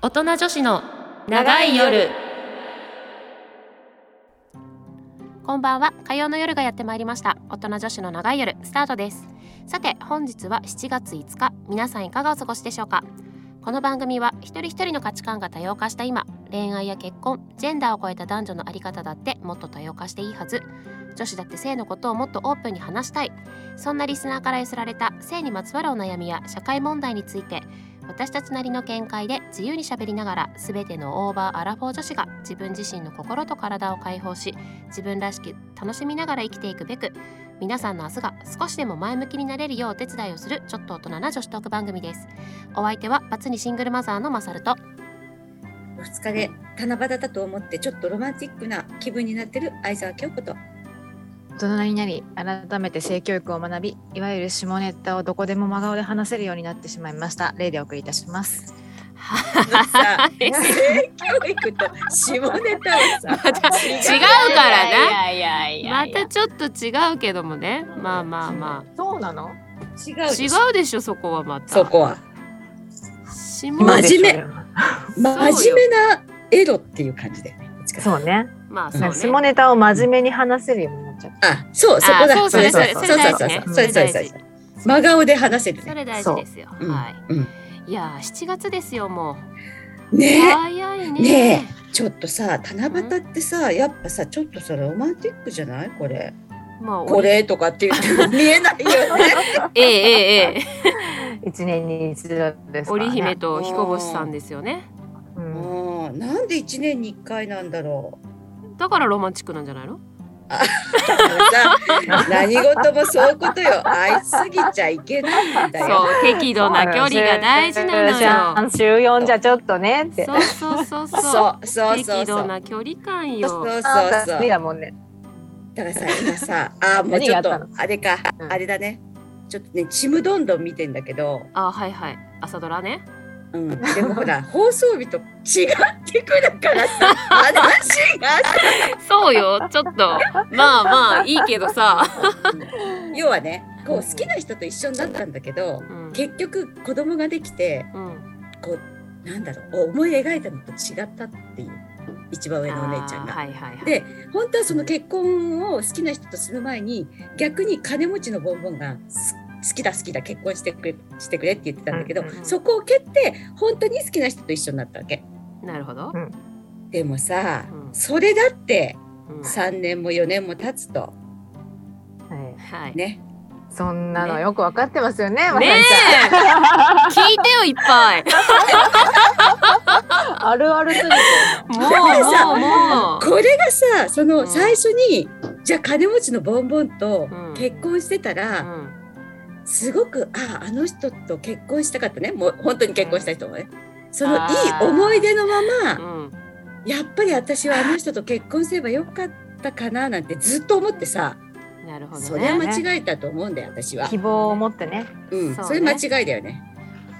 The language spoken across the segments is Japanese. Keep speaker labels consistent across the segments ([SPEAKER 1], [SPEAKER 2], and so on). [SPEAKER 1] 大人女子の長い夜こんばんは火曜の夜がやってまいりました大人女子の長い夜スタートですさて本日は7月5日皆さんいかがお過ごしでしょうかこの番組は一人一人の価値観が多様化した今恋愛や結婚ジェンダーを超えた男女のあり方だってもっと多様化していいはず女子だって性のことをもっとオープンに話したいそんなリスナーから寄せられた性にまつわるお悩みや社会問題について私たちなりの見解で自由にしゃべりながら全てのオーバーアラフォー女子が自分自身の心と体を解放し自分らしく楽しみながら生きていくべく皆さんの明日が少しでも前向きになれるようお手伝いをするちょっと大人な女子トーク番組ですお相手はバツにシングルマザーのマサルと
[SPEAKER 2] 2日で七夕だと思ってちょっとロマンチックな気分になってる相沢 京子と
[SPEAKER 3] 大人になり改めて性教育を学びいわゆる下ネタをどこでも真顔で話せるようになってしまいました例でお送りいたします
[SPEAKER 2] さ
[SPEAKER 1] い
[SPEAKER 2] 性教育と下ネタをさ
[SPEAKER 1] また違うから
[SPEAKER 3] いやい
[SPEAKER 1] なまたちょっと違うけどもねまあまあまあ
[SPEAKER 3] そうなの
[SPEAKER 2] 違う
[SPEAKER 1] 違
[SPEAKER 2] でしょ
[SPEAKER 1] うでしょそこはまた
[SPEAKER 2] そこは
[SPEAKER 1] 下
[SPEAKER 2] マジ真面
[SPEAKER 1] そ
[SPEAKER 2] 目
[SPEAKER 1] うよ
[SPEAKER 2] 真面目なエロっていう感じだよね
[SPEAKER 3] そうね
[SPEAKER 1] まあそう
[SPEAKER 3] なん
[SPEAKER 1] ね
[SPEAKER 3] か下ネタを真面目に話せるようになっちゃっ
[SPEAKER 2] あそうそこだ
[SPEAKER 1] あそう
[SPEAKER 3] それ
[SPEAKER 2] そう
[SPEAKER 3] それ
[SPEAKER 2] そうそう
[SPEAKER 3] それ
[SPEAKER 2] そうそうそうそ
[SPEAKER 1] 大
[SPEAKER 2] う
[SPEAKER 1] 事
[SPEAKER 2] そう真顔で話せる
[SPEAKER 1] そ
[SPEAKER 2] ね
[SPEAKER 1] れ大事ですよ、
[SPEAKER 2] うん
[SPEAKER 1] はい
[SPEAKER 2] うん
[SPEAKER 1] いやー7月ですよもう
[SPEAKER 2] ね
[SPEAKER 1] 早いね
[SPEAKER 2] ねちょっとさ七夕ってさやっぱさちょっとさロマンチックじゃないこれ
[SPEAKER 1] まあ
[SPEAKER 2] これとかって言っても見えないよね
[SPEAKER 1] ええええええ
[SPEAKER 3] た一年に一度ですからね
[SPEAKER 1] 織姫と彦星さんですよね
[SPEAKER 3] うん
[SPEAKER 2] うんなんで一年に一回なんだろう
[SPEAKER 1] だからロマンチックなんじゃないの
[SPEAKER 2] さ何事もそういうことよ愛しすぎちゃいけないんだ
[SPEAKER 1] そう
[SPEAKER 2] よ。
[SPEAKER 1] 適度な距離が大事なのよ
[SPEAKER 3] 週四じゃちょっとねって
[SPEAKER 1] そうそうそうそう
[SPEAKER 2] そうそうそう
[SPEAKER 1] 適
[SPEAKER 2] そ
[SPEAKER 1] 度
[SPEAKER 2] う。
[SPEAKER 1] な距離感
[SPEAKER 2] そう
[SPEAKER 1] よ
[SPEAKER 2] そう
[SPEAKER 3] あなんか無
[SPEAKER 2] そうそ
[SPEAKER 3] 理
[SPEAKER 2] う。
[SPEAKER 3] だもんね
[SPEAKER 2] だからさ今さあーもうちょっと
[SPEAKER 3] 何があっ
[SPEAKER 2] あれか
[SPEAKER 3] うん
[SPEAKER 2] あれだね。ちょっとねちむどんどん見てんだけど、
[SPEAKER 1] あはいはい朝ドラね
[SPEAKER 2] うん、でもほら放送日と違ってくるからさ話が
[SPEAKER 1] そうよちょっとまあまあいいけどさ、
[SPEAKER 2] 要はねこう好きな人と一緒になったんだけど
[SPEAKER 1] うん
[SPEAKER 2] 結局子供ができて
[SPEAKER 1] うん、
[SPEAKER 2] なんだろう思い描いたのと違ったっていう一番上のお姉ちゃん
[SPEAKER 1] あー
[SPEAKER 2] が。
[SPEAKER 1] はいはいはい
[SPEAKER 2] で本当はその結婚を好きな人とする前に逆に金持ちのボンボンがす好きだ好きだ結婚してくれしてくれって言ってたんだけど、
[SPEAKER 3] うんうん
[SPEAKER 1] うん
[SPEAKER 2] そこを蹴って本当に好きな人と一緒になったわけ
[SPEAKER 1] なるほど、
[SPEAKER 2] でもさ、
[SPEAKER 1] うん
[SPEAKER 2] それだって
[SPEAKER 1] うん
[SPEAKER 2] 3年も4年も経つと
[SPEAKER 3] はい
[SPEAKER 1] はい
[SPEAKER 2] ね
[SPEAKER 3] そんなのよくわかってますよねまさ
[SPEAKER 1] ね
[SPEAKER 3] みち
[SPEAKER 1] え聞いてよいっぱい
[SPEAKER 3] ゃん あるあるすぎて
[SPEAKER 1] もう
[SPEAKER 2] からさ
[SPEAKER 1] もうもう
[SPEAKER 2] これがさそ
[SPEAKER 1] うん
[SPEAKER 2] の最初に、じゃあ金持ちのボンボンと
[SPEAKER 1] うん
[SPEAKER 2] 結婚してたら、
[SPEAKER 1] うん
[SPEAKER 2] すごくあああの人と結婚したかったねもう本当に結婚した人もね、そのいい
[SPEAKER 1] あー
[SPEAKER 2] 思い出のまま、
[SPEAKER 1] うん
[SPEAKER 2] やっぱり私はあの人と結婚すればよかったかななんてずっと思ってさ、
[SPEAKER 1] なるほ
[SPEAKER 2] そ
[SPEAKER 1] ど
[SPEAKER 2] れは
[SPEAKER 1] ね
[SPEAKER 2] 間違えたと思うんだよ私は
[SPEAKER 3] 希。望を持ってね
[SPEAKER 2] うん、
[SPEAKER 1] そうね
[SPEAKER 2] それ間違いだよね。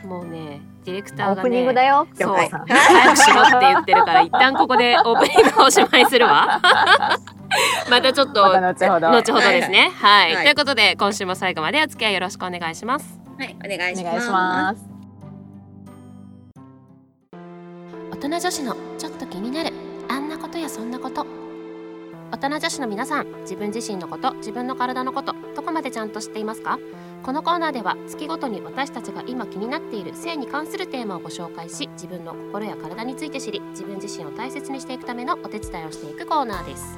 [SPEAKER 1] もうねディレク
[SPEAKER 3] オ
[SPEAKER 1] ター
[SPEAKER 3] ー
[SPEAKER 1] が
[SPEAKER 3] プニングだ
[SPEAKER 1] ね
[SPEAKER 3] よ
[SPEAKER 1] そう
[SPEAKER 3] 京子さん
[SPEAKER 1] 早くしろって言ってるから一旦ここでオープニングをおしまいするわ またちょっと
[SPEAKER 3] また後ほど
[SPEAKER 1] 後ほどですねはい、
[SPEAKER 2] はい
[SPEAKER 1] ということで今週も最後までお付き合いよろしくお願いします
[SPEAKER 2] はい、お願い
[SPEAKER 3] お
[SPEAKER 2] し
[SPEAKER 3] 願
[SPEAKER 2] ま
[SPEAKER 3] い
[SPEAKER 2] す。
[SPEAKER 3] します
[SPEAKER 1] 大人女子のちょっと気になるあんなことやそんなこと大人女子の皆さん自分自身のこと自分の体のことどこまでちゃんと知っていますかこのコーナーでは月ごとに私たちが今気になっている性に関するテーマをご紹介し自分の心や体について知り自分自身を大切にしていくためのお手伝いをしていくコーナーです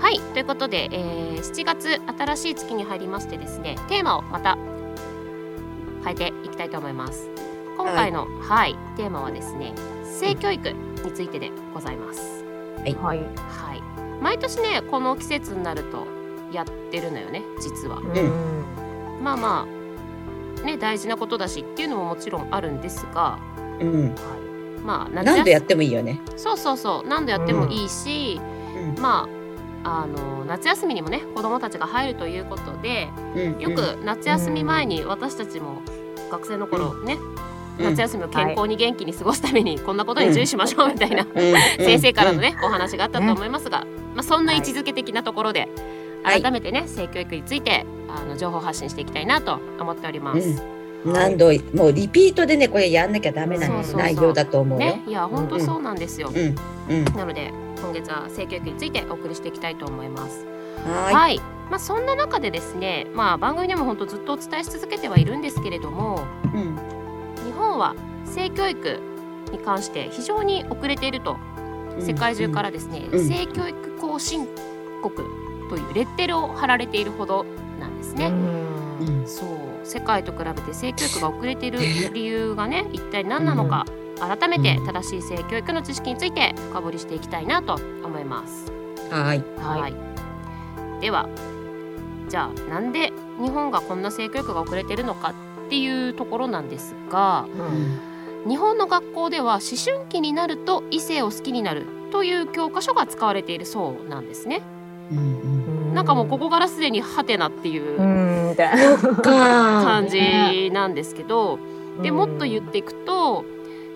[SPEAKER 1] はいということで、えー7月新しい月に入りましてですねテーマをまた変えていきたいと思います今回の、はい、テーマはですね性教育についてでございます。
[SPEAKER 3] はい
[SPEAKER 1] はい、毎年ねこの季節になるとやってるのよね実は。
[SPEAKER 2] う
[SPEAKER 1] まあまあね大事なことだしっていうのももちろんあるんですが、
[SPEAKER 2] うん、
[SPEAKER 1] まあ夏休
[SPEAKER 2] 何度やってもいいよね。
[SPEAKER 1] そうそうそう何度やってもいいし、
[SPEAKER 2] うん
[SPEAKER 1] まああの夏休みにもね子どもたちが入るということで
[SPEAKER 2] うん
[SPEAKER 1] よく夏休み前に私たちも学生の頃ね、
[SPEAKER 2] うん
[SPEAKER 1] 夏休みを健康に元気に過ごすためにこんなことに注意しましょうみたいな
[SPEAKER 2] うん
[SPEAKER 1] 先生からのね、お話があったと思いますが、まあ、そんな位置づけ的なところで、
[SPEAKER 2] はい
[SPEAKER 1] 改めてね性教育についてあの情報発信していきたいなと思っております。
[SPEAKER 2] うん何度もうリピートでねこれやんなきゃダメな
[SPEAKER 1] そうそうそう
[SPEAKER 2] 内容だと思うよ
[SPEAKER 1] ね。いや本当そうなんですよ、
[SPEAKER 2] うんうん
[SPEAKER 1] なので今月は性教育についてお送りしていきたいと思いますはい、
[SPEAKER 2] は
[SPEAKER 1] まあそんな中でですねまあ番組でも本当ずっとお伝えし続けてはいるんですけれども
[SPEAKER 2] ーいうん
[SPEAKER 1] 日本は性教育に関して非常に遅れていると
[SPEAKER 2] うん
[SPEAKER 1] 世界中からですね、
[SPEAKER 2] うん
[SPEAKER 1] 性教育更新国というレッテルを貼られているほどなんですね、
[SPEAKER 2] うん
[SPEAKER 3] ん
[SPEAKER 2] うん
[SPEAKER 1] そう世界と比べて性教育が遅れている理由がね一体何なのか、改めて正しい性教育の知識について深掘りしていきたいなと思います。
[SPEAKER 2] はーい
[SPEAKER 1] はい、
[SPEAKER 3] はい、
[SPEAKER 1] ではじゃあなんで日本がこんな性教育が遅れているのかっていうところなんですが日本の学校では思春期になると異性を好きになるという教科書が使われているそうなんですね。
[SPEAKER 2] うん
[SPEAKER 1] なんかもうここからすでにハテナっていううん
[SPEAKER 3] みたいな
[SPEAKER 2] うんか
[SPEAKER 1] 感じなんですけど、でもっと言っていくと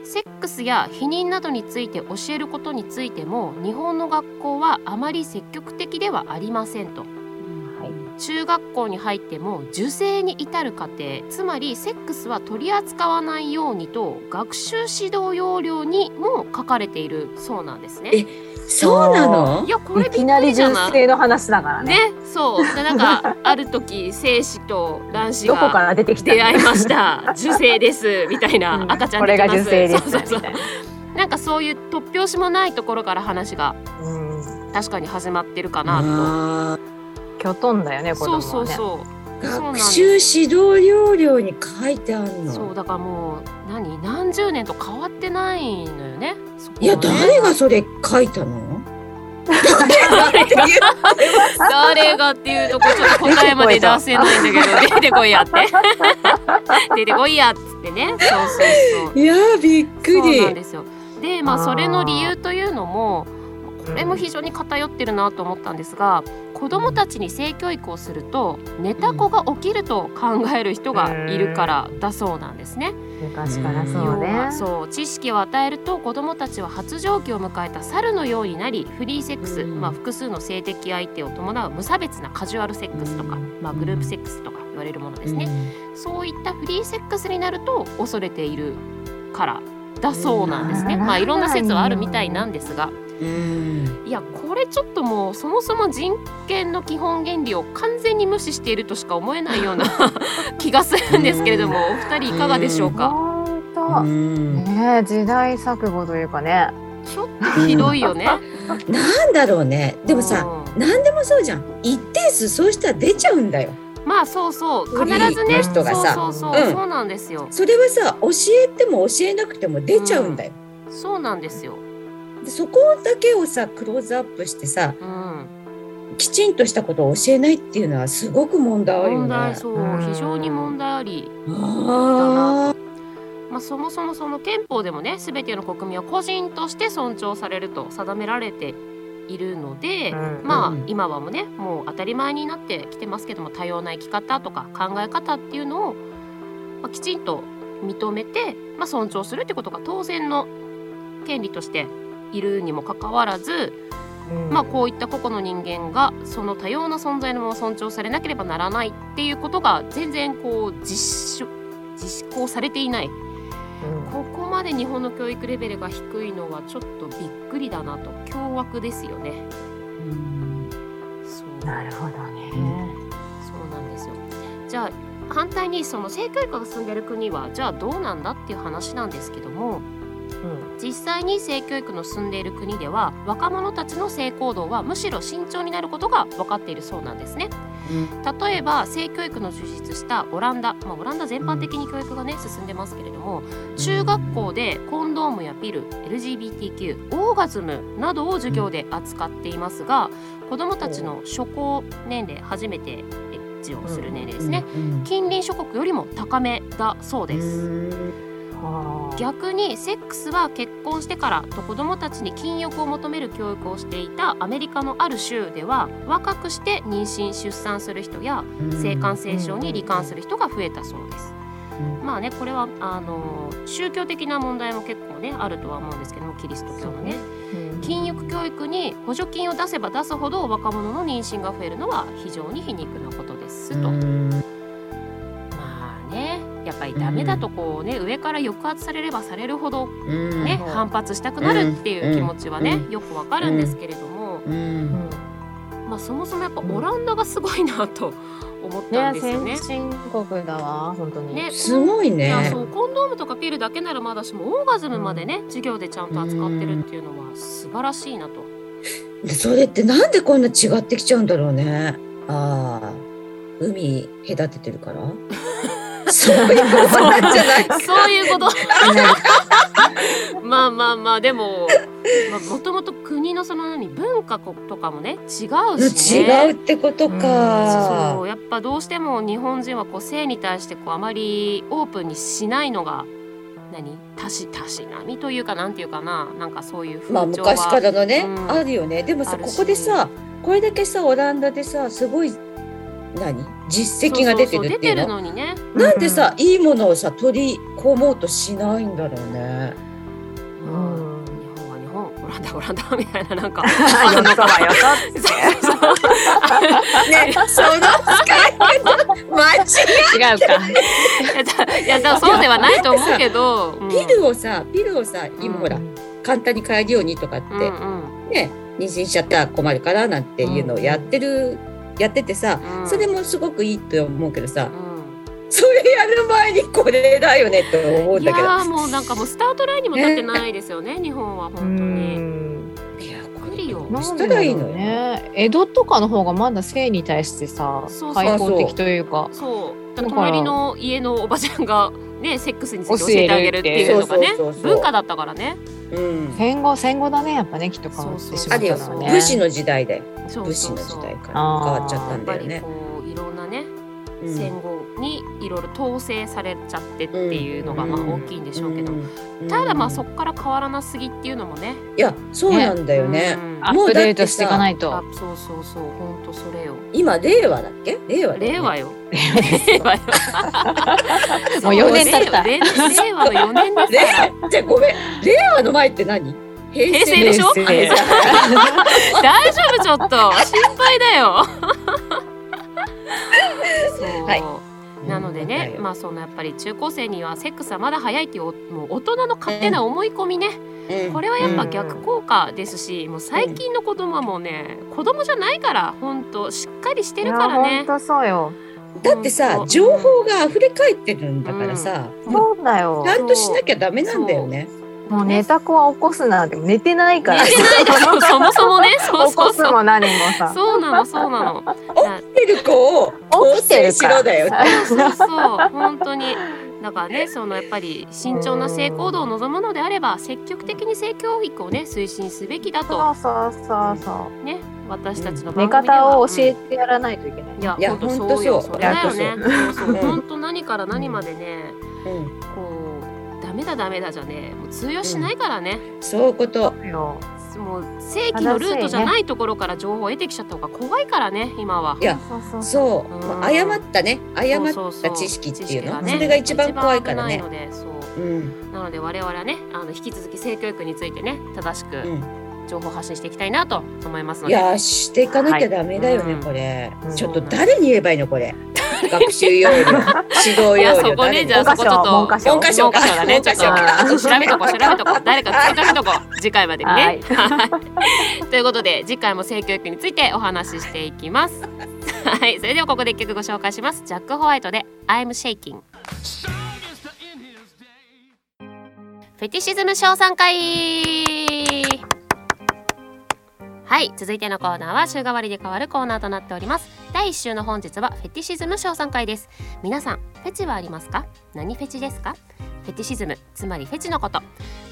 [SPEAKER 1] セックスや避妊などについて教えることについても日本の学校はあまり積極的ではありませんと中学校に入っても受精に至る過程つまりセックスは取り扱わないようにと学習指導要領にも書かれているそうなんですね。
[SPEAKER 2] えそうなの
[SPEAKER 1] いやこれび
[SPEAKER 3] いき
[SPEAKER 1] っ
[SPEAKER 3] な
[SPEAKER 1] く
[SPEAKER 3] り
[SPEAKER 1] りじゃ
[SPEAKER 3] 純
[SPEAKER 1] ない
[SPEAKER 3] 正の話だからね
[SPEAKER 1] ね、そうでなんかある時精子と卵子
[SPEAKER 3] どこか
[SPEAKER 1] が
[SPEAKER 3] ら出てきた
[SPEAKER 1] 出会いま した受精ですみたいな、
[SPEAKER 3] うん
[SPEAKER 1] 赤ちゃん
[SPEAKER 3] これ
[SPEAKER 1] でき
[SPEAKER 3] が
[SPEAKER 1] ます
[SPEAKER 3] 受精です
[SPEAKER 1] そうそうそう
[SPEAKER 3] みたいな
[SPEAKER 1] なんかそういう突拍子もないところから話が
[SPEAKER 3] うん
[SPEAKER 1] 確かに始まってるかな
[SPEAKER 2] あ
[SPEAKER 3] きょとんだよね
[SPEAKER 1] と。
[SPEAKER 3] 子
[SPEAKER 1] そう
[SPEAKER 3] 供
[SPEAKER 1] そ
[SPEAKER 3] は
[SPEAKER 1] う
[SPEAKER 3] ね
[SPEAKER 1] そう。
[SPEAKER 2] ー
[SPEAKER 1] そうなん
[SPEAKER 2] 学
[SPEAKER 1] です
[SPEAKER 2] 習指導要領に書いてある
[SPEAKER 1] そう
[SPEAKER 2] の
[SPEAKER 1] だからもう何何十年と変わってないのよね。そこはね
[SPEAKER 2] いや誰がそれ書いたの
[SPEAKER 1] 誰が誰がっていうとこちょっと答えまで出せないんだ けど出てこいやって 出てこいやっつってね。そうそうそう。
[SPEAKER 2] いやーびっく
[SPEAKER 1] そうなん
[SPEAKER 2] り
[SPEAKER 1] ですよ。でまあ
[SPEAKER 3] あー
[SPEAKER 1] それの理由というのもこれも非常に偏ってるなと思ったんですが子どもたちに性教育をすると寝た子が起きると考える人がいるからだそうなんですね。
[SPEAKER 3] 昔から
[SPEAKER 1] 要
[SPEAKER 3] そうね
[SPEAKER 1] はそう知識を与えると子どもたちは発情期を迎えた猿のようになりフリーセックス、
[SPEAKER 2] うん
[SPEAKER 1] まあ、複数の性的相手を伴う無差別なカジュアルセックスとか、
[SPEAKER 2] うん
[SPEAKER 1] まあ、グループセックスとか言われるものですね。そういったフリーセックスになると恐れているからだそうなんですね。
[SPEAKER 3] うん
[SPEAKER 1] まあいろんな説はあるみたいなんですが、
[SPEAKER 2] うん
[SPEAKER 1] いやこれちょっともうそもそも人権の基本原理を完全に無視しているとしか思えないような 気がするんですけれども、お二人いかがでしょうか。
[SPEAKER 3] 本
[SPEAKER 2] う
[SPEAKER 3] 当
[SPEAKER 2] ん
[SPEAKER 3] ね時代錯誤というかね
[SPEAKER 1] ちょっとひどいよね。
[SPEAKER 2] なんだろうねでもさ
[SPEAKER 1] うん
[SPEAKER 2] 何でもそうじゃん一定数そうしたら出ちゃうんだよ
[SPEAKER 1] まあそうそう必ず
[SPEAKER 2] フリー
[SPEAKER 1] ね、
[SPEAKER 2] の人がさ
[SPEAKER 1] そうそうそう、
[SPEAKER 2] うん
[SPEAKER 1] そうなんですよ。
[SPEAKER 2] それはさ教えても教えなくても出ちゃうんだよ、
[SPEAKER 1] そうなんですよ。
[SPEAKER 2] でそこだけをさクローズアップしてさ
[SPEAKER 1] うん。
[SPEAKER 2] きちんとしたことを教えないっていうのはすごく問題あるよ
[SPEAKER 1] 問
[SPEAKER 2] ね。
[SPEAKER 1] 題そう、
[SPEAKER 3] うん
[SPEAKER 1] 非常に問題あり。
[SPEAKER 2] あー
[SPEAKER 1] まあ、そもそもその憲法でもね全ての国民は個人として尊重されると定められているので、まあ
[SPEAKER 2] うん
[SPEAKER 1] 今はもうねもう当たり前になってきてますけども多様な生き方とか考え方っていうのを、まあ、きちんと認めて、まあ、尊重するってことが当然の権利としているにもかかわらず、まあ、こういった個々の人間がその多様な存在のまま尊重されなければならないっていうことが全然こう実施実行されていない。ここまで日本の教育レベルが低いのはちょっとびっくりだなと驚愕ですよね。そう
[SPEAKER 3] なるほどね
[SPEAKER 1] そうなんですよじゃあ反対にその性教育が進んでる国はじゃあどうなんだっていう話なんですけども実際に性教育の進んでいる国では若者たちの性行動はむしろ慎重になることが分かっているそうなんですね。例えば性教育の充実したオランダ、まあ、オランダ全般的に教育がね進んでますけれども中学校でコンドームやピル LGBTQ オーガズムなどを授業で扱っていますが子どもたちの初行年齢初めてエッジをする年齢ですね
[SPEAKER 2] うん
[SPEAKER 1] 近隣諸国よりも高めだそうです。
[SPEAKER 3] はあ
[SPEAKER 1] 逆にセックスは結婚してからと子どもたちに禁欲を求める教育をしていたアメリカのある州では若くして妊娠出産する人や性感染症に罹患する人が増えたそうです。まあねこれはあの宗教的な問題も結構ねあるとは思うんですけどもキリスト教のね
[SPEAKER 3] うん
[SPEAKER 1] 禁欲教育に補助金を出せば出すほど若者の妊娠が増えるのは非常に皮肉なことですと、
[SPEAKER 2] うん
[SPEAKER 1] まあねいやっぱりダメだとこうね、上から抑圧されればされるほど
[SPEAKER 2] うん
[SPEAKER 1] ね、
[SPEAKER 3] うん
[SPEAKER 1] 反発したくなるっていう気持ちはね、
[SPEAKER 2] う
[SPEAKER 1] よくわかるんですけれども、
[SPEAKER 2] うん
[SPEAKER 1] まあ、そもそもやっぱオランダがすごいなと思ったんですよね
[SPEAKER 3] 先。進国だわ本当に。
[SPEAKER 1] ね
[SPEAKER 2] すごい
[SPEAKER 1] い
[SPEAKER 2] ね
[SPEAKER 1] やそうコンドームとかピルだけならまだしもオーガズムまでね授業でちゃんと扱ってるっていうのは素晴らしいなと。
[SPEAKER 2] それってなんでこんな違ってきちゃうんだろうねああ海隔ててるからそういうことなんじゃないか
[SPEAKER 1] そういうことまあまあまあでも、まあ、もともと国のその何文化とかもね違うしね
[SPEAKER 2] 違うってことか、
[SPEAKER 1] そうやっぱどうしても日本人はこう性に対してこうあまりオープンにしないのが何たしたしなみというかなんていうかななんかそういう風
[SPEAKER 2] まあ
[SPEAKER 1] 潮は、
[SPEAKER 2] 昔からのね、
[SPEAKER 1] うん
[SPEAKER 2] あるよねでも
[SPEAKER 1] あ
[SPEAKER 2] さ
[SPEAKER 1] る
[SPEAKER 2] こ
[SPEAKER 1] し
[SPEAKER 2] こでさこれだけさオランダでさすごい何実績が出てるっていうの
[SPEAKER 1] そうそうそう出てるのにね
[SPEAKER 2] なんでさ、いいものをさ取り込もうとしないんだろうね
[SPEAKER 3] う
[SPEAKER 1] まあ
[SPEAKER 3] ん。
[SPEAKER 1] 日本は日本オランダはオランダみたいな なんか
[SPEAKER 3] あよそはよ
[SPEAKER 1] そうそうそう
[SPEAKER 2] ね その使い 方間違
[SPEAKER 3] そ。違うか。
[SPEAKER 1] いやだいやだそうではないと思うけど、うん
[SPEAKER 2] ピルをさピルをさ今ほら、
[SPEAKER 3] うん
[SPEAKER 2] 簡単に買えるようにとかって、
[SPEAKER 1] うんうん
[SPEAKER 2] ね妊娠しちゃったら困るからなんていうのをやってる、やっててさ
[SPEAKER 1] うん
[SPEAKER 2] それもすごくいいと思うけどさ
[SPEAKER 1] うん
[SPEAKER 2] それやる前にこれだよねって思うん
[SPEAKER 1] い
[SPEAKER 2] だけど
[SPEAKER 1] やーもうなんかもうスタートラインにも立ってないですよね日本は本当に。
[SPEAKER 2] いやこ
[SPEAKER 1] びっくりよ
[SPEAKER 2] どうしたらいいのよ
[SPEAKER 3] なんでだろうね。江戸とかの方がまだ性に対してさ
[SPEAKER 1] そうそう
[SPEAKER 3] 開放的というか。
[SPEAKER 1] そうだ
[SPEAKER 3] だから
[SPEAKER 1] 隣の家のおばちゃんが、ね、セックスについて教えてあげるっていうのがね
[SPEAKER 2] そうそうそうそう
[SPEAKER 1] 文化だったからね
[SPEAKER 2] うん
[SPEAKER 3] 戦後戦後だねやっぱねきっと変わってしま
[SPEAKER 2] あ
[SPEAKER 3] っ
[SPEAKER 2] れ
[SPEAKER 3] た
[SPEAKER 2] よ
[SPEAKER 3] のは
[SPEAKER 1] あ
[SPEAKER 3] ね。
[SPEAKER 2] 武士の時代だよ
[SPEAKER 1] そう
[SPEAKER 2] 武士
[SPEAKER 1] そ
[SPEAKER 2] の
[SPEAKER 1] う
[SPEAKER 2] 時
[SPEAKER 1] そう
[SPEAKER 2] 代から変
[SPEAKER 3] あー
[SPEAKER 2] わっちゃった
[SPEAKER 1] やっ
[SPEAKER 2] ん
[SPEAKER 1] ぱ
[SPEAKER 2] だよ
[SPEAKER 1] り
[SPEAKER 2] ね
[SPEAKER 1] こ。ういろんなね、
[SPEAKER 2] うん
[SPEAKER 1] 戦後にいろいろ統制されちゃってっていうのがまあ大きいんでしょうけど、
[SPEAKER 2] うん
[SPEAKER 1] ただまあそこから変わらなすぎっていうのもね
[SPEAKER 2] いやそうなんだよね
[SPEAKER 1] う。ん
[SPEAKER 3] ア
[SPEAKER 1] あ
[SPEAKER 2] あ
[SPEAKER 3] ップデートしていかないと。
[SPEAKER 1] そうそうそう本当それよ
[SPEAKER 2] 今令和だっけ令和だよね
[SPEAKER 1] 令 和よ令和よ
[SPEAKER 3] もう四年経った
[SPEAKER 1] 令令和の4年です
[SPEAKER 2] 令
[SPEAKER 1] から
[SPEAKER 2] 和じゃあごめん令和の前って何平
[SPEAKER 1] 平成でしょ
[SPEAKER 2] 平成
[SPEAKER 1] 大丈夫ちょっと心配だ よ。そう
[SPEAKER 2] はい
[SPEAKER 1] なのでね、まあそのやっぱり中高生にはセックスはまだ早いっていうおもう大人の勝手な思い込みね、
[SPEAKER 2] うん
[SPEAKER 1] これはやっぱ逆効果ですし、もう最近の子供はもうね子供じゃないから本当しっかりしてるから
[SPEAKER 3] 本
[SPEAKER 1] ね。
[SPEAKER 3] 当そうよ。
[SPEAKER 2] だってさ
[SPEAKER 1] 本当
[SPEAKER 2] 情報が溢れ返ってるんだからさ、
[SPEAKER 3] そうだよ
[SPEAKER 2] ち。ゃんとしなきゃダメなんだよね。
[SPEAKER 3] もう寝た子は起こすなんて寝てないから。
[SPEAKER 1] 寝てないでしょそもそも ねそう
[SPEAKER 3] 起
[SPEAKER 1] そ
[SPEAKER 3] こ
[SPEAKER 1] う
[SPEAKER 3] す
[SPEAKER 1] そう
[SPEAKER 3] も何もさ。
[SPEAKER 1] そうなのそうなの
[SPEAKER 2] 起きてる子を
[SPEAKER 3] 起きてる
[SPEAKER 2] し
[SPEAKER 3] から
[SPEAKER 2] ろだよ。
[SPEAKER 1] そうそう本当にだからねそのやっぱり慎重な性行動を望むのであれば積極的に性教育をね推進すべきだ
[SPEAKER 3] そ
[SPEAKER 1] と
[SPEAKER 3] うそうそうそ
[SPEAKER 1] ね私たちの
[SPEAKER 3] う。寝
[SPEAKER 1] 番組では
[SPEAKER 3] 方を教えてやらないといけない。
[SPEAKER 1] いや
[SPEAKER 2] いや
[SPEAKER 1] 本当そうよ
[SPEAKER 2] ほ
[SPEAKER 1] そ
[SPEAKER 2] んとそ
[SPEAKER 1] れ
[SPEAKER 2] う
[SPEAKER 1] だよねそうそう
[SPEAKER 2] うん
[SPEAKER 1] 本当何から何までね
[SPEAKER 2] うん
[SPEAKER 1] こうダメだダメだじゃねもう通用しないからね、
[SPEAKER 2] そういうこと。
[SPEAKER 3] よ
[SPEAKER 1] もう正規のルートじゃないところから情報を得てきちゃった方が怖いからね今は。
[SPEAKER 2] いや
[SPEAKER 3] そうそうそう。
[SPEAKER 2] そう、
[SPEAKER 1] うん
[SPEAKER 2] まあ、誤ったね誤
[SPEAKER 1] そう
[SPEAKER 2] っ
[SPEAKER 1] そうそ
[SPEAKER 2] た
[SPEAKER 1] う
[SPEAKER 2] 知識っていうの
[SPEAKER 1] 知識
[SPEAKER 2] そ,、
[SPEAKER 1] ね
[SPEAKER 2] れが一番怖いから
[SPEAKER 1] 一
[SPEAKER 2] ね
[SPEAKER 1] 番。危ないのでそう
[SPEAKER 2] うん
[SPEAKER 1] なので我々はねあの引き続き性教育についてね正し
[SPEAKER 2] う
[SPEAKER 1] く
[SPEAKER 2] ん、
[SPEAKER 1] 情報発信していきたいなと思いますの
[SPEAKER 2] い
[SPEAKER 1] で、
[SPEAKER 2] やーしていかなきゃダメだよ
[SPEAKER 1] は
[SPEAKER 2] ね、
[SPEAKER 1] いうん
[SPEAKER 2] これ、
[SPEAKER 3] うん
[SPEAKER 2] ちょっと誰に言えばいいの これ学習要領指導要
[SPEAKER 1] いやそ
[SPEAKER 2] 領
[SPEAKER 1] こ
[SPEAKER 2] 誰
[SPEAKER 1] ね
[SPEAKER 2] に
[SPEAKER 1] じゃあそこちょっと
[SPEAKER 3] 文科省
[SPEAKER 2] 文科省
[SPEAKER 1] 文科省だね
[SPEAKER 2] 文科
[SPEAKER 1] ちょ
[SPEAKER 2] 省
[SPEAKER 1] っと
[SPEAKER 3] 文科省
[SPEAKER 1] 調べとこう調べとこう誰かつかめとこう次回までにね。
[SPEAKER 3] はい
[SPEAKER 1] はい ということで次回も性教育についてお話ししていきます。はいそれではここで一曲ご紹介しますジャック・ホワイトで「I'm Shaking」フェティシズム賞賛会はい続いてのコーナーは週替わりで変わるコーナーとなっております第1週の本日はフェティシズム賞賛会です皆さんフェチはありますか何フェチですかフェティシズムつまりフェチのこと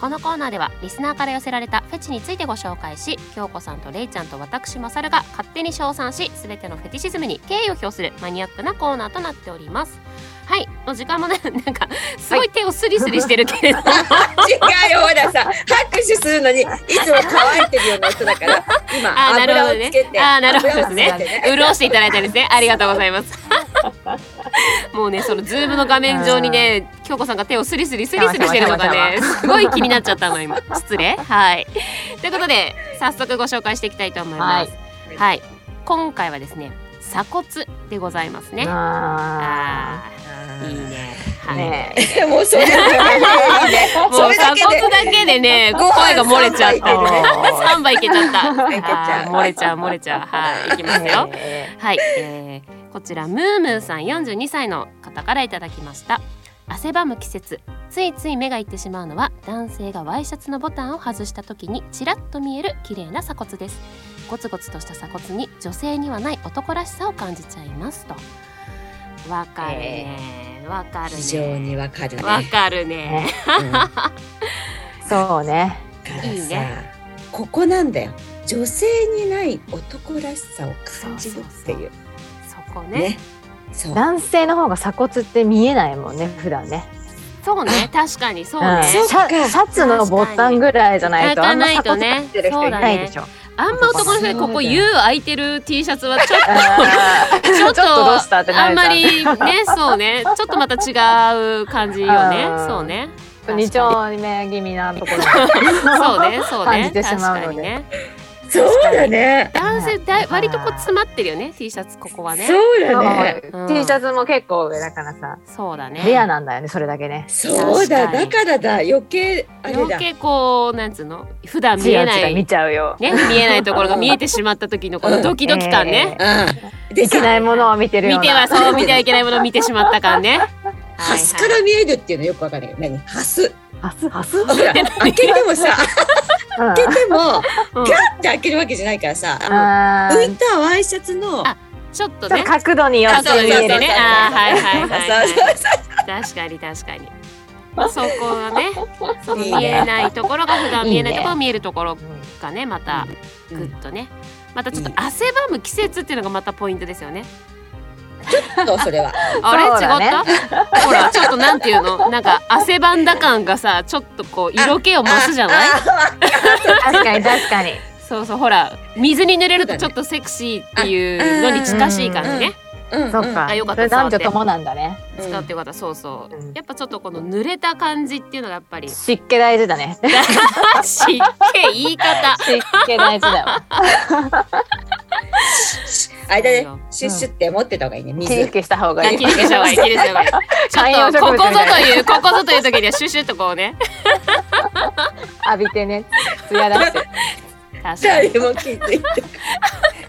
[SPEAKER 1] このコーナーではリスナーから寄せられたフェチについてご紹介し京子さんとレイちゃんと私マサルが勝手に称賛し全てのフェティシズムに敬意を表するマニアックなコーナーとなっておりますはいもう時間もねなんかすごい手をスリスリしてるけれども、
[SPEAKER 2] 違うよほらさ拍手するのにいつも乾いてるような人だから今
[SPEAKER 1] あーなる
[SPEAKER 2] 油
[SPEAKER 1] ほ
[SPEAKER 2] を
[SPEAKER 1] どね
[SPEAKER 2] つけて
[SPEAKER 1] あーなるほど
[SPEAKER 2] 油をつけて
[SPEAKER 1] で潤していただいたんですねありがとうございます もうねそのズームの画面上にね京子さんが手をスリスリスリスリしてるのがねすごい気になっちゃったの今失礼はいということで早速ご紹介していきたいと思いますはい、今回はですね鎖骨でございますね
[SPEAKER 3] あ
[SPEAKER 1] あーいいねはい。
[SPEAKER 3] ね
[SPEAKER 2] もうそれだけ で。
[SPEAKER 1] も
[SPEAKER 2] そうれだ
[SPEAKER 1] 鎖
[SPEAKER 2] け
[SPEAKER 1] 骨
[SPEAKER 2] で。
[SPEAKER 1] だけでね、声が漏れちゃっ
[SPEAKER 2] あー
[SPEAKER 1] た。三杯いけちゃった。
[SPEAKER 2] いけちゃう
[SPEAKER 1] はい漏れちゃう漏れちゃう。はい、いきますよ。
[SPEAKER 3] え
[SPEAKER 1] はい、えー、こちらムームーさん42歳の方からいただきました汗ばむ季節ついつい目がいってしまうのは男性がワイシャツのボタンを外した時にちらっと見える綺麗な鎖骨ですゴツゴツとした鎖骨に女性にはない男らしさを感じちゃいますとわかるねわ、かるね
[SPEAKER 2] 非常にわかるね。
[SPEAKER 1] わかるね
[SPEAKER 2] うんだか
[SPEAKER 3] そうね。
[SPEAKER 2] ら
[SPEAKER 1] いい
[SPEAKER 2] さ
[SPEAKER 1] ね、
[SPEAKER 2] ここなんだよ。女性にない男らしさを感じるっていう
[SPEAKER 1] そこね
[SPEAKER 2] ね。そう。
[SPEAKER 3] 男性の方が鎖骨って見えないもんね普段ね。
[SPEAKER 1] そうね確かにそうね
[SPEAKER 3] んシ
[SPEAKER 2] そ
[SPEAKER 3] ャ
[SPEAKER 2] うか
[SPEAKER 3] シャツのボタンぐらいじゃないとあんま
[SPEAKER 1] 開かない
[SPEAKER 3] 鎖
[SPEAKER 1] と
[SPEAKER 3] 骨
[SPEAKER 1] ね
[SPEAKER 3] が出てる人いないでしょ。
[SPEAKER 1] あんま男の人にここ U 開いてる T シャツはちょっと
[SPEAKER 3] あー
[SPEAKER 1] ち
[SPEAKER 3] ち
[SPEAKER 1] ょ
[SPEAKER 3] ょ
[SPEAKER 1] っ
[SPEAKER 3] っ
[SPEAKER 1] と
[SPEAKER 3] とどうしたってな
[SPEAKER 1] あん
[SPEAKER 3] る
[SPEAKER 1] ま
[SPEAKER 3] じ
[SPEAKER 1] りね、そうね、ちょっとまた違う感じよね
[SPEAKER 3] う。ん
[SPEAKER 1] そう ね。
[SPEAKER 3] ゃん。二丁目気味なところ。
[SPEAKER 1] そうね、そう
[SPEAKER 3] 感
[SPEAKER 1] ね
[SPEAKER 3] じ、てし
[SPEAKER 1] 確
[SPEAKER 3] まうので
[SPEAKER 1] かにね。
[SPEAKER 2] そうだね。
[SPEAKER 1] 男性だい
[SPEAKER 3] うん
[SPEAKER 1] 割とこう詰まってるよね、T シャツここはね。
[SPEAKER 2] そう
[SPEAKER 3] そ
[SPEAKER 2] だ
[SPEAKER 3] う
[SPEAKER 2] ね。
[SPEAKER 1] うん
[SPEAKER 3] T シャツも結構上だからさ、
[SPEAKER 1] そうだね。
[SPEAKER 3] レアなんだよねそれだけね。
[SPEAKER 2] そうだ。
[SPEAKER 1] 確か
[SPEAKER 2] だ
[SPEAKER 1] に
[SPEAKER 2] からだ。余計あれ
[SPEAKER 1] 余
[SPEAKER 2] だ。
[SPEAKER 1] 計こうなんつうの、普段見
[SPEAKER 3] チ
[SPEAKER 1] え
[SPEAKER 3] ラ
[SPEAKER 1] な
[SPEAKER 3] チラ
[SPEAKER 1] い
[SPEAKER 3] 見
[SPEAKER 1] ね、
[SPEAKER 3] ちゃうよ。
[SPEAKER 1] 見えないところが見えてしまった時のこのドキドキ感ね。
[SPEAKER 2] うん。で
[SPEAKER 3] いけ
[SPEAKER 2] さ、
[SPEAKER 3] ないものを見てるよう
[SPEAKER 1] 見
[SPEAKER 3] な。
[SPEAKER 1] てはそう見てはいけないものを見てしまった感 ね。
[SPEAKER 2] ハスから見えるっていうのよくわかんないけど。何？ハス。
[SPEAKER 3] ハスハス。うん
[SPEAKER 2] ほら開けてもさ、開けても
[SPEAKER 1] うん
[SPEAKER 2] ガッて開けるわけじゃないからさ。
[SPEAKER 3] あー
[SPEAKER 2] 浮いたワイシャツの。
[SPEAKER 1] あちょっと
[SPEAKER 3] ちょっ
[SPEAKER 1] ね
[SPEAKER 3] と、角度によって
[SPEAKER 1] 角度に
[SPEAKER 3] 見
[SPEAKER 1] よっ
[SPEAKER 3] え
[SPEAKER 1] て
[SPEAKER 3] る
[SPEAKER 1] ね、あーはいはいはいはい
[SPEAKER 2] そうそうそう
[SPEAKER 1] 確かに確かに。そこはね、その見えないところが普段見えないところ見えるところがね、また
[SPEAKER 2] う
[SPEAKER 1] ぐ
[SPEAKER 2] ん
[SPEAKER 1] っとね、またちょっと汗ばむ季節っていうのがまたポイントですよね。
[SPEAKER 2] そうそれは。
[SPEAKER 1] あれ違
[SPEAKER 3] そう
[SPEAKER 1] った
[SPEAKER 3] だね？
[SPEAKER 1] ほらちょっとなんていうの、なんか汗ばんだ感がさ、ちょっとこう色気を増すじゃない？
[SPEAKER 2] あ
[SPEAKER 3] 確かに確かに。
[SPEAKER 1] そうそうほら水に濡れるとちょっとセクシーっていうのに近しい感じね。
[SPEAKER 2] あうん
[SPEAKER 3] そっか。
[SPEAKER 1] あよかった
[SPEAKER 3] それ男女ともなんだね。
[SPEAKER 2] うん
[SPEAKER 1] 使ってよかったそうそう
[SPEAKER 3] うん。
[SPEAKER 1] やっぱちょっとこの濡れた感じっていうのがやっぱり湿
[SPEAKER 3] 湿気大事だね。
[SPEAKER 1] 気言い 方。
[SPEAKER 3] 湿気大事だよ。
[SPEAKER 2] あれだね。シュッシュって持ってた方がいいね。
[SPEAKER 3] 気
[SPEAKER 2] 水
[SPEAKER 3] 付。けした方がい
[SPEAKER 1] あ
[SPEAKER 3] い。
[SPEAKER 1] 切り消した方がいい切り消した方がい
[SPEAKER 3] 観
[SPEAKER 1] い
[SPEAKER 3] 葉
[SPEAKER 1] ちょ
[SPEAKER 3] 植
[SPEAKER 1] っとこ
[SPEAKER 3] 物
[SPEAKER 1] こ
[SPEAKER 3] み
[SPEAKER 1] ぞ
[SPEAKER 3] た
[SPEAKER 1] と
[SPEAKER 3] い
[SPEAKER 1] いうここぞという時にはシュシュッとこうね
[SPEAKER 3] な浴びてね、艶出して。
[SPEAKER 1] 確かに
[SPEAKER 2] 誰も気づいて。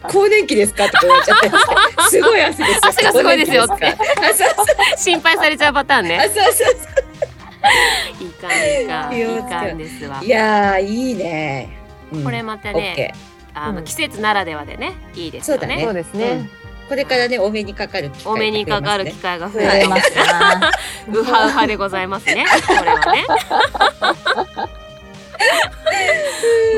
[SPEAKER 2] 更年期ですかって言われちゃって。すごい汗です。
[SPEAKER 1] 汗がすごいですよって
[SPEAKER 2] 更年期ですか。あそうそう
[SPEAKER 1] 心配されちゃうパターン
[SPEAKER 2] あ
[SPEAKER 1] ね
[SPEAKER 2] そうそうそ
[SPEAKER 1] いかんいかん
[SPEAKER 2] いいよ
[SPEAKER 1] いかんですわ
[SPEAKER 2] う。いやーいいね。うん
[SPEAKER 1] これまた
[SPEAKER 2] オッケ
[SPEAKER 1] ねあ
[SPEAKER 3] う
[SPEAKER 1] の
[SPEAKER 3] ん
[SPEAKER 1] 季節ならではでねいいですよね
[SPEAKER 3] そうですね。
[SPEAKER 2] ー。これからねお目にかかる機会
[SPEAKER 1] お目にかかる機
[SPEAKER 2] が増えますね
[SPEAKER 1] 会が増
[SPEAKER 3] 増え
[SPEAKER 1] え
[SPEAKER 3] て
[SPEAKER 1] ま
[SPEAKER 3] ますすな。
[SPEAKER 1] うはうはでございますねこれはね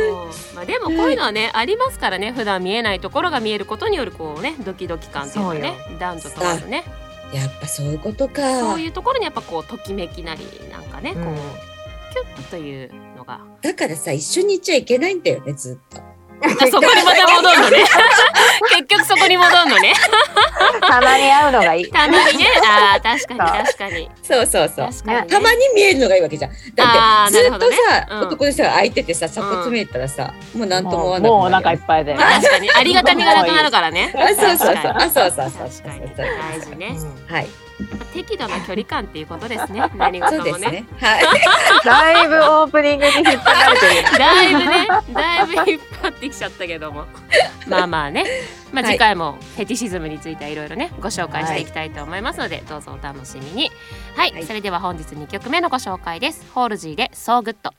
[SPEAKER 1] そうまあでもこういうのはねありますからね普段見えないところが見えることによるこうねドキドキ感っていうのはね男女ともね
[SPEAKER 2] やっぱそういうことか。
[SPEAKER 1] そういうところにやっぱこうときめきなりなんかね、
[SPEAKER 3] う
[SPEAKER 1] こうんキュッとというのが。
[SPEAKER 2] だからさ一緒にいちゃいけないんだよねずっと。
[SPEAKER 1] あそこにまた戻るの ね。結局そこに戻るのね。
[SPEAKER 3] たまに会うのがいい。
[SPEAKER 1] たまにね。ああ確かに確かに
[SPEAKER 2] そうそうそう。
[SPEAKER 1] 確かに、ね。
[SPEAKER 2] たまに見えるのがいいわけじゃん。だ
[SPEAKER 1] あ
[SPEAKER 2] っ
[SPEAKER 1] ー
[SPEAKER 2] てず
[SPEAKER 1] な
[SPEAKER 2] っ
[SPEAKER 1] るほど
[SPEAKER 2] と
[SPEAKER 1] ね
[SPEAKER 2] さ、
[SPEAKER 1] うん
[SPEAKER 2] 男の人が空いててさ鎖骨見えたらさ、もうなんとも思わなくなるよね
[SPEAKER 3] もうお腹いっぱ いで。
[SPEAKER 1] まあ確かにありがたみがなくなるからね。
[SPEAKER 2] あそうそうそ
[SPEAKER 1] 確
[SPEAKER 2] う。
[SPEAKER 1] かに
[SPEAKER 2] あそうそうそう
[SPEAKER 1] 確
[SPEAKER 2] そう
[SPEAKER 1] か
[SPEAKER 2] そう
[SPEAKER 1] に大事ね。
[SPEAKER 2] はい。
[SPEAKER 1] まあ適度な距離感っていうことです ね。何
[SPEAKER 2] そ
[SPEAKER 1] 事
[SPEAKER 2] うで
[SPEAKER 1] も
[SPEAKER 2] す
[SPEAKER 1] ね。
[SPEAKER 2] ね。はい。
[SPEAKER 3] だいぶオープニングに引っ張られてる。
[SPEAKER 1] だいぶね、だいぶ引っ張ってきちゃったけども。まあまあね、まあ、
[SPEAKER 2] はい
[SPEAKER 1] 次回もフェティシズムについていろいろね、ご紹介していきたいと思いますので、どうぞお楽しみに。はい、
[SPEAKER 2] はい
[SPEAKER 1] それでは本日2曲目のご紹介です。ホールジーで So Good。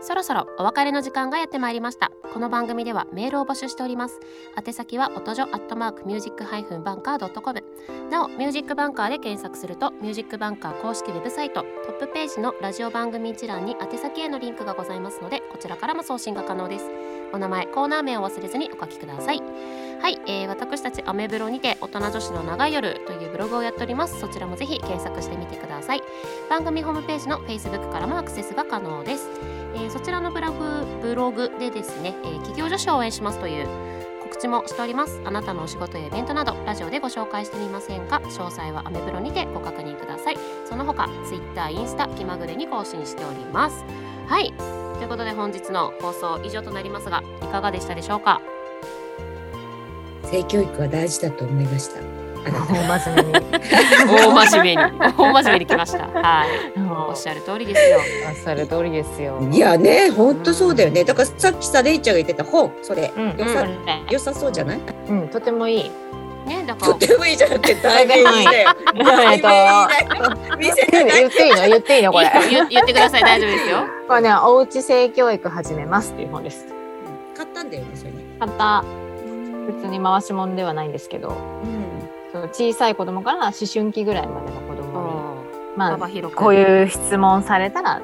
[SPEAKER 1] そろそろお別れの時間がやってまいりました。この番組ではメールを募集しております。宛先は音女アットマークミュージックハイフンバンカードットコム。なお、ミュージックバンカーで検索すると、ミュージックバンカー公式ウェブサイト、トップページのラジオ番組一覧に宛先へのリンクがございますので、こちらからも送信が可能です。お名前、コーナー名を忘れずにお書きください。はい、えー私たちアメブロにて大人女子の長い夜というブログをやっております。そちらもぜひ検索してみてください。番組ホームページの Facebook からもアクセスが可能です。えーそちらのブログブログでですね、えー企業女子を応援しますという告知もしております。あなたのお仕事やイベントなどラジオでご紹介してみませんか詳細はアメブロにてご確認ください。その他 Twitter、インスタ、気まぐれに更新しております。はい、ということで本日の放送以上となりますがいかがでしたでしょうか
[SPEAKER 2] 性教育は大事だと思いました。あなた
[SPEAKER 3] 大真面目に。
[SPEAKER 1] 大真面目に大真面目に来ましたはいお
[SPEAKER 3] お
[SPEAKER 1] っしゃる通りですよ
[SPEAKER 3] っしゃる通りですよ
[SPEAKER 2] いやね、本当そうだよね。だからさっきさレイちゃんが言ってた本、それ
[SPEAKER 3] うん
[SPEAKER 2] 良
[SPEAKER 1] う
[SPEAKER 2] さ
[SPEAKER 1] んね
[SPEAKER 2] 良さそうじゃ ない？
[SPEAKER 3] うん、とてもいい。
[SPEAKER 1] ねだから
[SPEAKER 2] とてもいいじゃなくてだいぶいいだよ。だいぶいいだよ。見せてない。
[SPEAKER 3] 言っていいの言っていいのこれ。
[SPEAKER 1] いいよ言言ってください大丈夫ですよ
[SPEAKER 3] これね、おうち性教育始めますっていう本です。
[SPEAKER 2] 買ったんだよねそれね。
[SPEAKER 3] また、別に回し物ではないんですけど、その小さい子供から思春期ぐらいまでの子供に、ま
[SPEAKER 1] 幅
[SPEAKER 3] あ、
[SPEAKER 1] 広く
[SPEAKER 3] こういう質問されたら、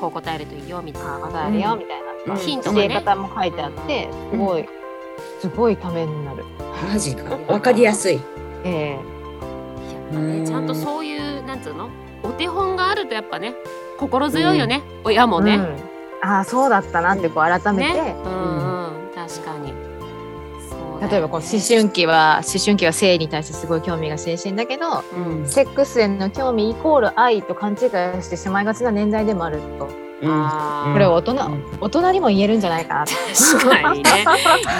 [SPEAKER 1] こう答えるといいよみたい
[SPEAKER 3] あ
[SPEAKER 1] な
[SPEAKER 3] 答えるよみたいな、
[SPEAKER 2] うん
[SPEAKER 1] ヒント
[SPEAKER 3] 教
[SPEAKER 1] が
[SPEAKER 3] え
[SPEAKER 1] ね
[SPEAKER 3] 方も書いてあって、すごい、すごいためになる。
[SPEAKER 2] うん。マジか。わかりやすい。
[SPEAKER 3] え
[SPEAKER 1] やっぱねちゃんとそういうなんつうのお手本があるとやっぱね心強いよね、親
[SPEAKER 3] え
[SPEAKER 1] もね、
[SPEAKER 3] うんああ、そうだったなって、こう改めて、
[SPEAKER 1] ねうん、うん、確かにそうだよ
[SPEAKER 3] 例えばこう思春期は思春期は性に対してすごい興味が津々だけど
[SPEAKER 1] うん
[SPEAKER 3] セックスへの興味イコール愛と勘違いしてしまいがちな年代でもあると
[SPEAKER 2] うん。
[SPEAKER 1] あー
[SPEAKER 3] これ大人、
[SPEAKER 2] ん
[SPEAKER 3] 大人にも言えるんじゃないかなち
[SPEAKER 1] 確かにね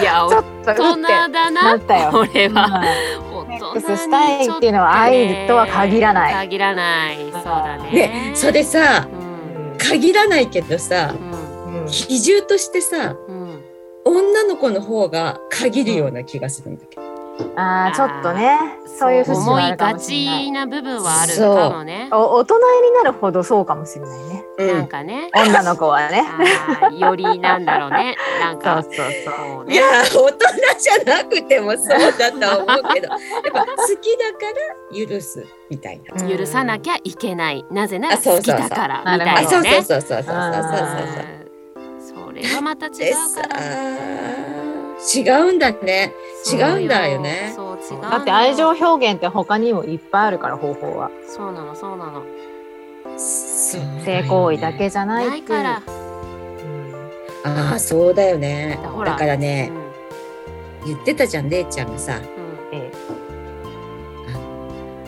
[SPEAKER 1] い や
[SPEAKER 3] ょ
[SPEAKER 1] 大
[SPEAKER 3] っとう
[SPEAKER 1] 人
[SPEAKER 3] って
[SPEAKER 1] だな
[SPEAKER 3] なったよ。
[SPEAKER 1] これは大
[SPEAKER 3] セッ
[SPEAKER 1] 人
[SPEAKER 3] ク
[SPEAKER 1] にちょ
[SPEAKER 3] スしたいっていうのは愛とは限らない
[SPEAKER 1] 限らないそうだね
[SPEAKER 2] ね、それさ
[SPEAKER 1] うん
[SPEAKER 2] 限らないけどさ
[SPEAKER 1] う、ん
[SPEAKER 3] うん
[SPEAKER 2] 比重としてさ、
[SPEAKER 1] うん
[SPEAKER 2] 女の子の方が限るような気がするんだけど。
[SPEAKER 3] あーちょっとねそういう節も
[SPEAKER 1] 思
[SPEAKER 3] ある
[SPEAKER 1] い
[SPEAKER 3] か
[SPEAKER 1] が
[SPEAKER 3] もしれない
[SPEAKER 1] ちな部分はあるかもね
[SPEAKER 3] お大人になるほどそうかもしれないね
[SPEAKER 2] う
[SPEAKER 1] なん
[SPEAKER 2] ん。
[SPEAKER 1] かね
[SPEAKER 3] 女の子はね
[SPEAKER 1] あーよりなんだろうねなん
[SPEAKER 3] そう
[SPEAKER 1] か
[SPEAKER 3] そうそう
[SPEAKER 1] そう
[SPEAKER 2] い
[SPEAKER 1] ね
[SPEAKER 2] や大人じゃなくてもそうだとは思うけどやっぱ好きだから許すみたいな。
[SPEAKER 3] うん
[SPEAKER 1] 許さなきゃいけないなぜな
[SPEAKER 2] あ
[SPEAKER 1] ら
[SPEAKER 2] そう
[SPEAKER 1] 好
[SPEAKER 2] そう
[SPEAKER 1] き
[SPEAKER 2] そう
[SPEAKER 1] だから
[SPEAKER 3] な
[SPEAKER 1] み
[SPEAKER 3] る
[SPEAKER 1] た
[SPEAKER 3] ほ
[SPEAKER 2] あ
[SPEAKER 1] い
[SPEAKER 3] ど
[SPEAKER 2] そ
[SPEAKER 1] な
[SPEAKER 2] う
[SPEAKER 1] ね
[SPEAKER 2] そうそうそうそうそうそうそうそう。
[SPEAKER 1] うんそれはまた違
[SPEAKER 2] で
[SPEAKER 1] う
[SPEAKER 2] さ
[SPEAKER 1] から
[SPEAKER 2] 違うんだね。違うんだよね
[SPEAKER 1] そう違う
[SPEAKER 3] だって愛情
[SPEAKER 1] 表
[SPEAKER 3] 表現って他にもいっぱいあるから方法は
[SPEAKER 1] そうなのそうなの
[SPEAKER 2] そう
[SPEAKER 3] 性行為だ。けじゃない
[SPEAKER 1] ないから
[SPEAKER 3] うん
[SPEAKER 2] ああそうだよね
[SPEAKER 1] ほ。ら
[SPEAKER 2] だから
[SPEAKER 1] う
[SPEAKER 2] ね
[SPEAKER 1] ん
[SPEAKER 2] 言ってたじゃんれいちゃんがさ
[SPEAKER 1] うん
[SPEAKER 3] え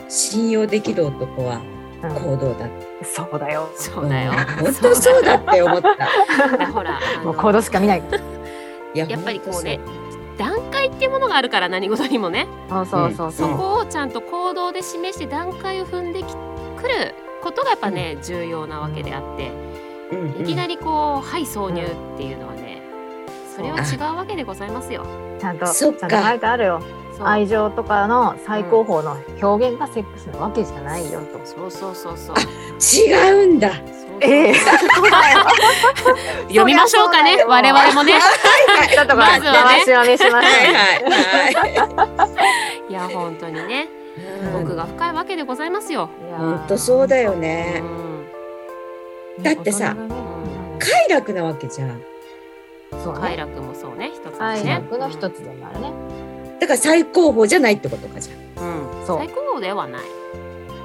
[SPEAKER 2] 信用できる男は
[SPEAKER 3] えうん
[SPEAKER 2] 行動だって。
[SPEAKER 3] そうだよ
[SPEAKER 1] そうだよ
[SPEAKER 2] ん本当そうだって思った。
[SPEAKER 1] だほらあの
[SPEAKER 3] もう行動しか見ないから
[SPEAKER 2] いや
[SPEAKER 1] やっぱりこうね
[SPEAKER 2] 本
[SPEAKER 1] 段階っていうものがあるから何事にもね
[SPEAKER 3] そうそうそう
[SPEAKER 1] そ
[SPEAKER 3] そう、
[SPEAKER 1] こをちゃんと行動で示して段階を踏んできくることがやっぱね、重要なわけであって、
[SPEAKER 2] 当そう。うんうん
[SPEAKER 1] いきなりこう「はい挿入」っていうのはね、それは違うわけでございますよ。
[SPEAKER 3] ちゃんと
[SPEAKER 2] そっか
[SPEAKER 3] ちゃんと書いてあるよ
[SPEAKER 1] そう
[SPEAKER 3] 愛情とかの最高峰の表現がセックスなわけじゃないよと、
[SPEAKER 1] そうそうそうそう。
[SPEAKER 2] 違うんだ。
[SPEAKER 1] そう
[SPEAKER 3] ええ
[SPEAKER 1] 読みましょうかね
[SPEAKER 3] そりゃそうだよ
[SPEAKER 1] 我々 もね。
[SPEAKER 3] ちょっとこれ
[SPEAKER 1] まずはね
[SPEAKER 3] 回し読みしましょう
[SPEAKER 2] はいはい
[SPEAKER 1] や本当にね
[SPEAKER 2] い。
[SPEAKER 1] 奥が深いわけでございますよ。
[SPEAKER 3] いやー
[SPEAKER 2] 本当そうだよ
[SPEAKER 1] う
[SPEAKER 2] ね。
[SPEAKER 1] ん、
[SPEAKER 2] だってさ
[SPEAKER 3] 大人がね
[SPEAKER 2] 快楽なわけじゃん。
[SPEAKER 3] そう
[SPEAKER 1] 快
[SPEAKER 3] ね
[SPEAKER 1] 楽もそうね一つだし
[SPEAKER 3] 快
[SPEAKER 1] ね。
[SPEAKER 3] 楽の一つでもあるね
[SPEAKER 2] だから最高峰じゃないってことかじゃ
[SPEAKER 1] うん、
[SPEAKER 3] そう
[SPEAKER 1] 最高ではない
[SPEAKER 2] ん。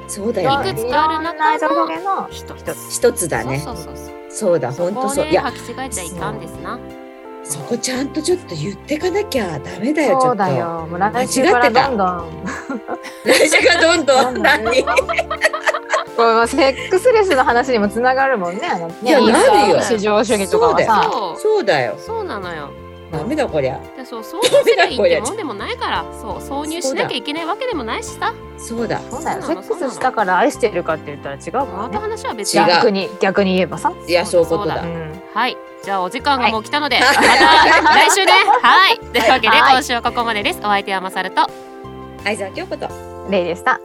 [SPEAKER 2] そうだよ
[SPEAKER 1] いく。
[SPEAKER 2] ね
[SPEAKER 1] つかある
[SPEAKER 3] 愛情
[SPEAKER 1] 中の
[SPEAKER 3] 表現の
[SPEAKER 1] 一つ。
[SPEAKER 2] 一つだね。
[SPEAKER 1] そうそうそうそう。
[SPEAKER 2] そうだ、
[SPEAKER 1] そ
[SPEAKER 2] 本
[SPEAKER 1] こ
[SPEAKER 2] 当
[SPEAKER 1] を
[SPEAKER 2] そう。
[SPEAKER 1] ね
[SPEAKER 2] いや、
[SPEAKER 1] 履き違えちゃいかんですな。
[SPEAKER 2] そこちゃんとちょっと言ってかなきゃダメだよ。ち
[SPEAKER 3] そ
[SPEAKER 2] ょ
[SPEAKER 3] う
[SPEAKER 2] っ
[SPEAKER 3] だ
[SPEAKER 2] と。
[SPEAKER 3] よもう来週からどんどん
[SPEAKER 2] 来週がどんどん
[SPEAKER 3] なんだ
[SPEAKER 2] 何。
[SPEAKER 3] このセックスレスの話にもつながるもんねあのね
[SPEAKER 2] いやなるよ
[SPEAKER 3] 市場主義とかは
[SPEAKER 2] あ
[SPEAKER 3] さ
[SPEAKER 1] そう
[SPEAKER 2] そうだよ。
[SPEAKER 1] そうなのよ。
[SPEAKER 2] ダメだこりゃ。
[SPEAKER 1] でそう挿入すりゃいいってもんでもないからそう挿入しなきゃいけないわけでもないしさ
[SPEAKER 2] そうだ。
[SPEAKER 3] そうだよ
[SPEAKER 1] そ
[SPEAKER 3] セ
[SPEAKER 1] うなの
[SPEAKER 3] ックスしたから愛してるかって言ったら違うから
[SPEAKER 1] また
[SPEAKER 3] ね
[SPEAKER 1] 話は別
[SPEAKER 2] 違う
[SPEAKER 3] 逆に逆に言えばさ、
[SPEAKER 2] いや、そういうこと
[SPEAKER 1] そう
[SPEAKER 2] だ
[SPEAKER 3] う。ん、
[SPEAKER 1] はいじゃあお時間がもう来たので、
[SPEAKER 2] はい
[SPEAKER 1] また来週ねはいというわけで
[SPEAKER 3] はい
[SPEAKER 1] 今週はここまでですお相手はまさると
[SPEAKER 2] 相沢京子と。
[SPEAKER 3] レイでした